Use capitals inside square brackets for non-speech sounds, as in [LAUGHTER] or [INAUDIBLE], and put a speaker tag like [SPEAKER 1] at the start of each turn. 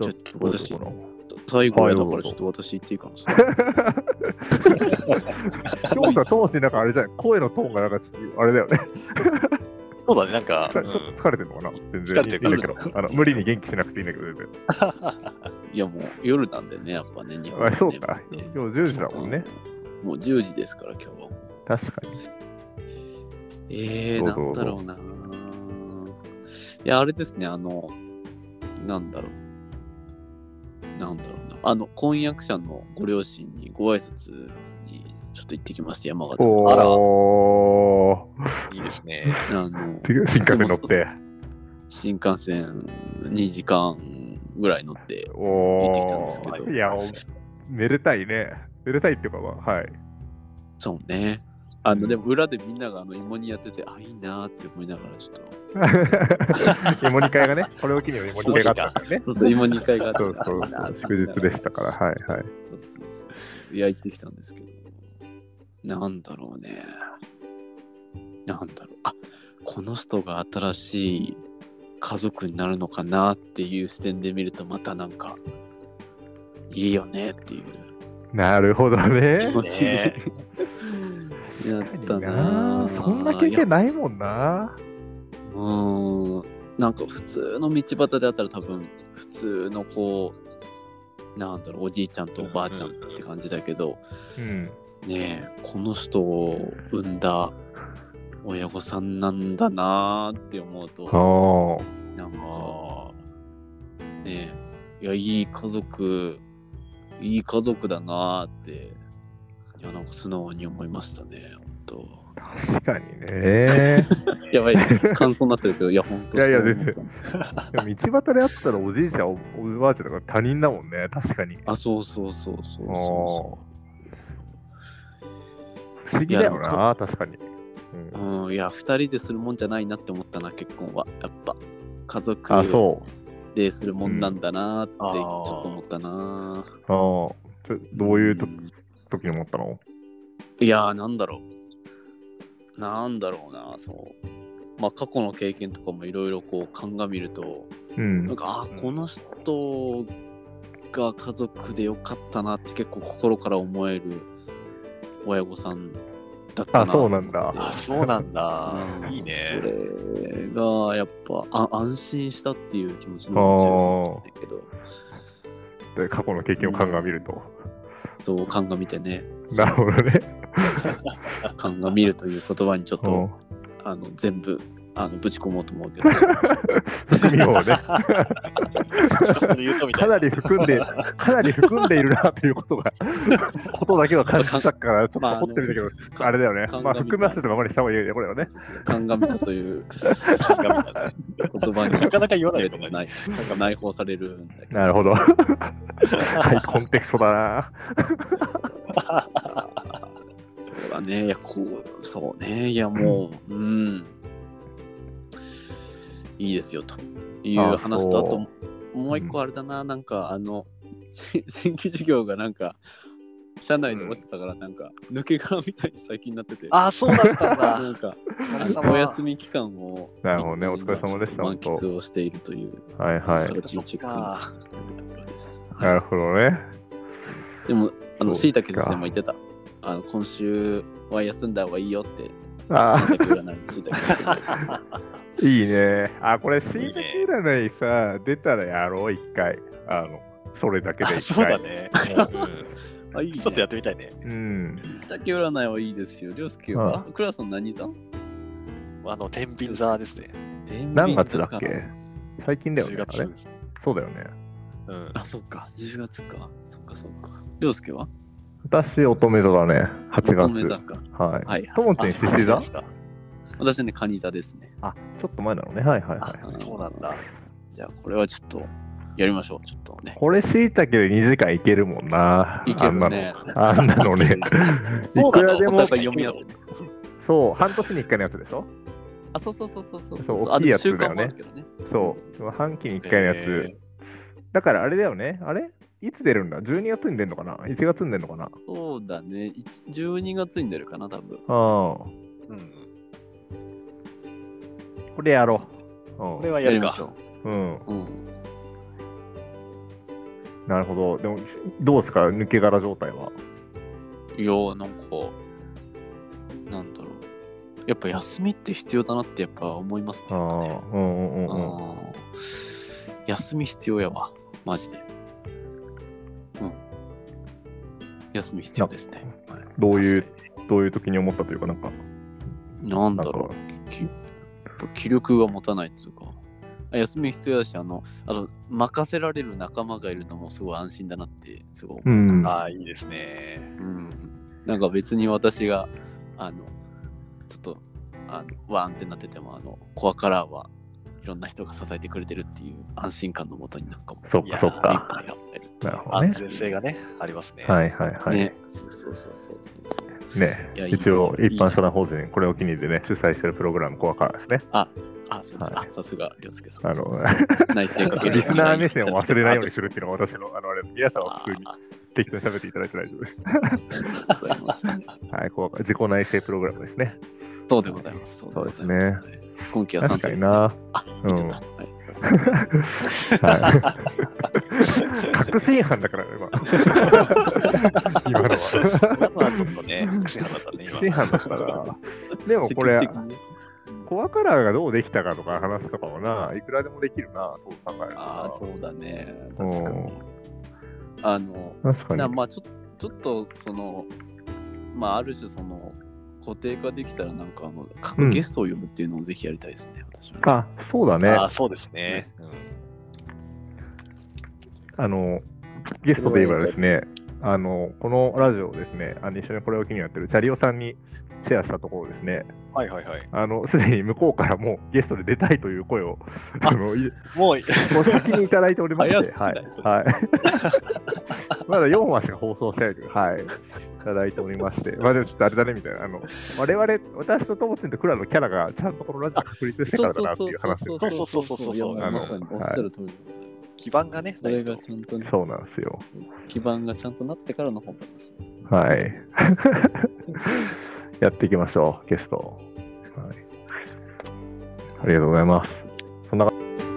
[SPEAKER 1] ちょっと私
[SPEAKER 2] ちょっと
[SPEAKER 1] 最後
[SPEAKER 2] はい
[SPEAKER 1] だ
[SPEAKER 2] ど
[SPEAKER 1] か
[SPEAKER 2] うぞ
[SPEAKER 1] らちょっと私言っていいかな。
[SPEAKER 2] 今日さ、トーシーなんかあれじゃない声のトーンがなんかちょっとあれだよね。
[SPEAKER 3] そうだね、なんか、
[SPEAKER 2] ち
[SPEAKER 3] う
[SPEAKER 2] ょっと
[SPEAKER 3] ん、
[SPEAKER 2] 疲れてるのかな全
[SPEAKER 3] 疲
[SPEAKER 2] 然
[SPEAKER 3] れて
[SPEAKER 2] い
[SPEAKER 3] る
[SPEAKER 2] いんだけど。あの無理に元気しなくていいんだけど、全然。
[SPEAKER 1] いやもう夜なんでね、やっぱね、日本は
[SPEAKER 2] あ
[SPEAKER 1] ね
[SPEAKER 2] そうか。
[SPEAKER 1] もう
[SPEAKER 2] 今
[SPEAKER 1] ね
[SPEAKER 2] 日10時だもんね。
[SPEAKER 1] もう10時ですから今日は。
[SPEAKER 2] 確かに。
[SPEAKER 1] えー、
[SPEAKER 2] ど
[SPEAKER 1] な
[SPEAKER 2] うぞ
[SPEAKER 1] んだろうな。いや、あれですね、あの、なんだろう。なんだろうな。あの、婚約者のご両親にご挨拶にちょっと行ってきまして、山形の。
[SPEAKER 3] あら
[SPEAKER 2] おー。
[SPEAKER 3] いいですね。
[SPEAKER 2] [LAUGHS]
[SPEAKER 1] あの、
[SPEAKER 2] 新幹線乗って。
[SPEAKER 1] 新幹線2時間ぐらい乗って、
[SPEAKER 2] お
[SPEAKER 1] 行ってきたんですけど
[SPEAKER 2] ー。いや、おめでたいね。めでたいっていうか、まあ、
[SPEAKER 1] [LAUGHS]
[SPEAKER 2] はい。
[SPEAKER 1] そうね。あの、でも裏でみんながあの芋にやってて、あ、いいなーって思いながら、ちょっと。
[SPEAKER 2] メモニ会がね、これを機にメモニ会があったんだよね。
[SPEAKER 1] そうそう、芋2回があって。
[SPEAKER 2] そうそう
[SPEAKER 1] あいいなーって思い
[SPEAKER 2] 祝
[SPEAKER 1] な
[SPEAKER 2] 日
[SPEAKER 1] がら
[SPEAKER 2] でしたから、はいはい。
[SPEAKER 1] そうそうそうそう。いや、行ってきたんですけど。なんだろうね。なんだろう。あこの人が新しい家族になるのかなっていう視点で見ると、またなんか、いいよねっていう
[SPEAKER 2] なるほどね。
[SPEAKER 1] 気持ち
[SPEAKER 3] ね
[SPEAKER 1] に [LAUGHS] なったな
[SPEAKER 2] な
[SPEAKER 1] ー。
[SPEAKER 2] そんな経験ないもんな。
[SPEAKER 1] うーんなんか普通の道端であったら多分普通のこうなんだろうおじいちゃんとおばあちゃんって感じだけど
[SPEAKER 2] うん。
[SPEAKER 1] ねえこの人を産んだ親御さんなんだなーって思うと
[SPEAKER 2] お
[SPEAKER 1] なんか
[SPEAKER 3] あ
[SPEAKER 1] ねえいやいい家族いい家族だなーっていやなんか素直に思いましたね本
[SPEAKER 2] 確か
[SPEAKER 1] [LAUGHS]
[SPEAKER 2] にね。
[SPEAKER 1] 当やばい [LAUGHS] 感想になってるけどいや本当
[SPEAKER 2] いやいや
[SPEAKER 1] そう思っ
[SPEAKER 2] 全
[SPEAKER 1] た
[SPEAKER 2] でも道端であったらおじいちゃん、おおばあちゃんとか他人だもんね。確かに。
[SPEAKER 1] あそうそうそうそうそうそう
[SPEAKER 2] おー不思議だよ
[SPEAKER 1] いやでも
[SPEAKER 2] な、確かに。うん
[SPEAKER 1] うん、いや、二人でするもんじゃないなって思ったな、結婚は。やっぱ、家
[SPEAKER 2] あ、
[SPEAKER 1] 族
[SPEAKER 2] そ
[SPEAKER 1] でするもんなんだなって、ち
[SPEAKER 3] うん
[SPEAKER 1] ょっと思ったな。
[SPEAKER 2] う。あーちょどういうと
[SPEAKER 1] ん
[SPEAKER 2] 時に思ったの
[SPEAKER 1] いやー、なんだろう。なんだろうな、そう。まあ、過去の経験とかもいろいろこう、鑑みると、
[SPEAKER 2] う
[SPEAKER 1] なん
[SPEAKER 2] ん。
[SPEAKER 1] か、あーこの人が家族でよかったなって結構心から思える親御さんだったなと思っ
[SPEAKER 2] あそ
[SPEAKER 1] て。
[SPEAKER 2] うなん
[SPEAKER 3] ーあ、そうなんだ。いいね。
[SPEAKER 1] それがやっぱあ安心したっていう気持ちの方が強いかもしれな
[SPEAKER 2] で
[SPEAKER 1] い
[SPEAKER 2] 過去の経験を鑑みると。
[SPEAKER 1] けど、そう鑑みてね、
[SPEAKER 2] なるほどね。
[SPEAKER 1] 鑑みるという言葉にちょっ
[SPEAKER 2] う
[SPEAKER 1] と
[SPEAKER 2] ん
[SPEAKER 1] あの全部あのぶち込もうと思うけど、
[SPEAKER 2] 含みをね、
[SPEAKER 3] そこで言うとみ
[SPEAKER 2] か
[SPEAKER 3] たいな。
[SPEAKER 2] なり含んで、かなり含んでいるなという
[SPEAKER 1] [LAUGHS]
[SPEAKER 2] ことが、ことだけは感じたから、ちょっと
[SPEAKER 1] まあ
[SPEAKER 2] 怒ってるんだけど、あれだよね。
[SPEAKER 1] 鑑み
[SPEAKER 2] まあ、含ませてるままにした方がいいよね、これは
[SPEAKER 1] [LAUGHS]
[SPEAKER 2] ね。
[SPEAKER 1] 鑑みたという
[SPEAKER 3] 鏡だね
[SPEAKER 1] 言葉に
[SPEAKER 3] なかなか言わないよね
[SPEAKER 1] 内内包されるんだけど、
[SPEAKER 2] なるほど。はい、コンテクストだな。
[SPEAKER 1] それはね、いや、こう、そうね、いや、もう、うん、いいですよ、という話と、
[SPEAKER 2] あ
[SPEAKER 1] あ
[SPEAKER 2] そう
[SPEAKER 1] と、もう一個あれだな、なんか、あの、し [LAUGHS] 新規事業がなんか、社内で落ちてたから、なんか、抜け殻みたいに最近なってて、
[SPEAKER 3] あ、そうだった
[SPEAKER 1] な
[SPEAKER 3] んだ。
[SPEAKER 1] んか、
[SPEAKER 3] お疲
[SPEAKER 1] [LAUGHS]
[SPEAKER 3] れ
[SPEAKER 1] お
[SPEAKER 3] 様
[SPEAKER 1] 休み期間を、
[SPEAKER 2] なるほどね
[SPEAKER 1] 今
[SPEAKER 2] お疲れ様でした
[SPEAKER 1] 満喫をしているという、
[SPEAKER 2] はいはい。
[SPEAKER 1] 形のチェックをしているところです。
[SPEAKER 2] なるほどね。
[SPEAKER 1] でも、あの、
[SPEAKER 2] そ
[SPEAKER 1] し
[SPEAKER 2] う
[SPEAKER 1] い
[SPEAKER 2] か
[SPEAKER 1] たけ先生も言ってた、あの、今週は休んだ方がいいよって、
[SPEAKER 2] あ
[SPEAKER 1] 椎茸占い椎茸占いです [LAUGHS]
[SPEAKER 2] あ、いいね。あ、これ、シ
[SPEAKER 3] ね
[SPEAKER 2] ー占いさ、出たらやろう、一回。あの、それだけ
[SPEAKER 3] あ
[SPEAKER 2] で一
[SPEAKER 3] そう
[SPEAKER 2] 回。
[SPEAKER 3] だね。うん
[SPEAKER 1] あ、いい、ね。
[SPEAKER 3] [LAUGHS] ちょっとやってみたいね。
[SPEAKER 2] うん。
[SPEAKER 1] 竹占いはいいですよ。りょうすけは。クラスの何座
[SPEAKER 3] あの、天秤座ですね。
[SPEAKER 2] 何月だっけ最近だよ
[SPEAKER 3] 10
[SPEAKER 2] ね。あ
[SPEAKER 3] 月
[SPEAKER 2] れ
[SPEAKER 3] です。
[SPEAKER 2] そうだよね。
[SPEAKER 3] うん。
[SPEAKER 1] あ、そっか。10月か。そっかそっか。りょうすけは
[SPEAKER 2] 私、乙女座だね。8
[SPEAKER 1] 乙女座
[SPEAKER 2] 月。
[SPEAKER 1] か。
[SPEAKER 2] はい。
[SPEAKER 1] はいはい。
[SPEAKER 2] ともち
[SPEAKER 3] あ
[SPEAKER 2] ん、
[SPEAKER 3] そ
[SPEAKER 2] 獅
[SPEAKER 3] う
[SPEAKER 2] 子座
[SPEAKER 3] ですか
[SPEAKER 1] 私はね、カニ座ですね。
[SPEAKER 2] あ、ちょっと前なのね。はいはいはい。
[SPEAKER 1] あ
[SPEAKER 3] そうなんだ。。
[SPEAKER 1] じゃあ、これはちょっと、やりましょう。ちょっとね。
[SPEAKER 2] これ、しいたけで2時間いけるもんな。
[SPEAKER 1] いけ
[SPEAKER 2] あん
[SPEAKER 1] る
[SPEAKER 2] なの。
[SPEAKER 1] ね。
[SPEAKER 2] あんなのね。
[SPEAKER 3] そ
[SPEAKER 2] いう
[SPEAKER 3] だ
[SPEAKER 2] く
[SPEAKER 3] ろう
[SPEAKER 2] らでも
[SPEAKER 1] なん、か読み合ってね。
[SPEAKER 2] そう、半年に1回のやつでしょ
[SPEAKER 1] あ、そうそうそうそうそう。
[SPEAKER 2] そう
[SPEAKER 1] あ
[SPEAKER 2] 大きいや
[SPEAKER 1] でも
[SPEAKER 2] つだよね
[SPEAKER 1] 習慣もあるけどね。
[SPEAKER 2] そう。半期に1回のやつ。
[SPEAKER 3] え
[SPEAKER 2] だからあれだよね。あれいつ出るんだ ?12 月に出るのかな ?1 月に出るのかな
[SPEAKER 1] そうだね。いち12月に出るかな、多分。
[SPEAKER 2] あ
[SPEAKER 3] うん。
[SPEAKER 2] あ。これやろう。うん
[SPEAKER 3] これはや
[SPEAKER 1] やり
[SPEAKER 3] る
[SPEAKER 1] ま
[SPEAKER 3] か
[SPEAKER 1] し。ょ
[SPEAKER 2] うん。
[SPEAKER 1] う。うん。
[SPEAKER 2] なるほど。でも、どうですか抜け殻状態は。
[SPEAKER 1] いやー、なんか、なんだろう。やっぱ休みって必要だなってやっぱ思いますね。
[SPEAKER 2] ああ。うんうんうんうん。
[SPEAKER 1] うん休み必要やわ。マジで。うん。休み必要ですね。
[SPEAKER 2] どういう
[SPEAKER 3] 確か
[SPEAKER 2] どういう時に思ったというか、なんか、
[SPEAKER 1] なん
[SPEAKER 2] な
[SPEAKER 1] だ
[SPEAKER 2] ん
[SPEAKER 1] ろ
[SPEAKER 2] か
[SPEAKER 1] う。きやっぱ気力が持たないっていうか。あ休み必要だし、あの、あと、任せられる仲間がいるのもすごい安心だなって、すごい思う
[SPEAKER 2] うん。
[SPEAKER 3] に。あ
[SPEAKER 2] あ
[SPEAKER 3] あ、いいですね。
[SPEAKER 1] うん、なんか別に私があのちょっとあのワーンってなっててもあのコアカラーはいろんな人が支えてくれてるっていう安心感のもとになんかもう
[SPEAKER 2] そっ
[SPEAKER 3] いや
[SPEAKER 2] かそっ
[SPEAKER 1] メン
[SPEAKER 2] か。
[SPEAKER 1] タルがえるってい
[SPEAKER 2] なる
[SPEAKER 1] う
[SPEAKER 2] ほど
[SPEAKER 3] 安
[SPEAKER 2] ね。
[SPEAKER 3] 全性がね、ありますね。
[SPEAKER 2] はいはいはい。
[SPEAKER 1] ね、そうそうそうそうそうそう
[SPEAKER 2] ね
[SPEAKER 1] いやいいで
[SPEAKER 2] 一
[SPEAKER 1] す
[SPEAKER 2] 応、
[SPEAKER 1] いい
[SPEAKER 2] 一般社団法人、これを機にでね、主催してるプログラム、コアカラーですね。
[SPEAKER 1] あそうです、
[SPEAKER 2] は
[SPEAKER 1] あさすが涼介さん
[SPEAKER 2] あの
[SPEAKER 1] そうそう内政かけ
[SPEAKER 2] リ
[SPEAKER 1] る
[SPEAKER 2] スナー目線を忘れないようにす
[SPEAKER 1] る
[SPEAKER 2] るっていうのが私の、あの、あれ、皆さんは普通に適当に喋っていただいて大丈夫です。はい、コアカ自己内製プログラムですね。
[SPEAKER 1] そうでございますそうでございます
[SPEAKER 2] そう
[SPEAKER 1] 今期は3
[SPEAKER 2] 確かにな。
[SPEAKER 1] あ
[SPEAKER 2] うん
[SPEAKER 1] 見ちゃった、はいさすが
[SPEAKER 2] はい。 [LAUGHS] 確信犯だから [LAUGHS] ね、今。今のは。
[SPEAKER 3] まあちょっとね、不審犯だったね、
[SPEAKER 2] 確信
[SPEAKER 3] 今。
[SPEAKER 2] 犯だから。でもこれ
[SPEAKER 1] 積、極的にね
[SPEAKER 2] コアカラーがどうできたかとか話とかもな、いくらでもできるな、そう考えると
[SPEAKER 1] ああ、そうだね。確か
[SPEAKER 2] う
[SPEAKER 1] に
[SPEAKER 2] ん。
[SPEAKER 1] あの、
[SPEAKER 2] 確かに。
[SPEAKER 1] なまあちょちょっとその、まあある種その、固定化できたらなんかあの、
[SPEAKER 2] う
[SPEAKER 1] 各
[SPEAKER 2] ん
[SPEAKER 1] ゲストを呼ぶっていうのをぜひやりたいですね、私は。
[SPEAKER 2] あ、そうだね。
[SPEAKER 3] ああ、そうですね。うん
[SPEAKER 2] あの、ゲストで言えばですね、あの、このラジオをですね、あの一緒にこれを機にやってるチャリオさんにシェアしたところですね、
[SPEAKER 3] はいはいはい。
[SPEAKER 2] あの、すでに向こうからもうゲストで出たいという声を、
[SPEAKER 3] あ
[SPEAKER 2] あの、い
[SPEAKER 3] もう、
[SPEAKER 2] お先にいただいておりまして、は
[SPEAKER 1] 早すぎ
[SPEAKER 2] い
[SPEAKER 1] ないそ。れ
[SPEAKER 2] はい。まだ4話しか放送してないけど、はい。いただいておりまして、まあでもちょっとあれだね、みたいな、あの、我々、私とともつんとクラのキャラがちゃんとこのラジオ確立してからだなっていう話です。
[SPEAKER 3] そうそうそうそうそう
[SPEAKER 1] いや
[SPEAKER 2] あの
[SPEAKER 1] まさにおっしゃる通りでございます。
[SPEAKER 3] 基盤がね、
[SPEAKER 1] そ
[SPEAKER 3] な
[SPEAKER 1] れ
[SPEAKER 3] い
[SPEAKER 1] が
[SPEAKER 3] と
[SPEAKER 1] ちゃんとね、
[SPEAKER 2] そうなんですよ。
[SPEAKER 1] 基盤がちゃんとなってからの本だし。
[SPEAKER 2] はい。やっていきましょう、ゲストを。はい、ありがとうございます。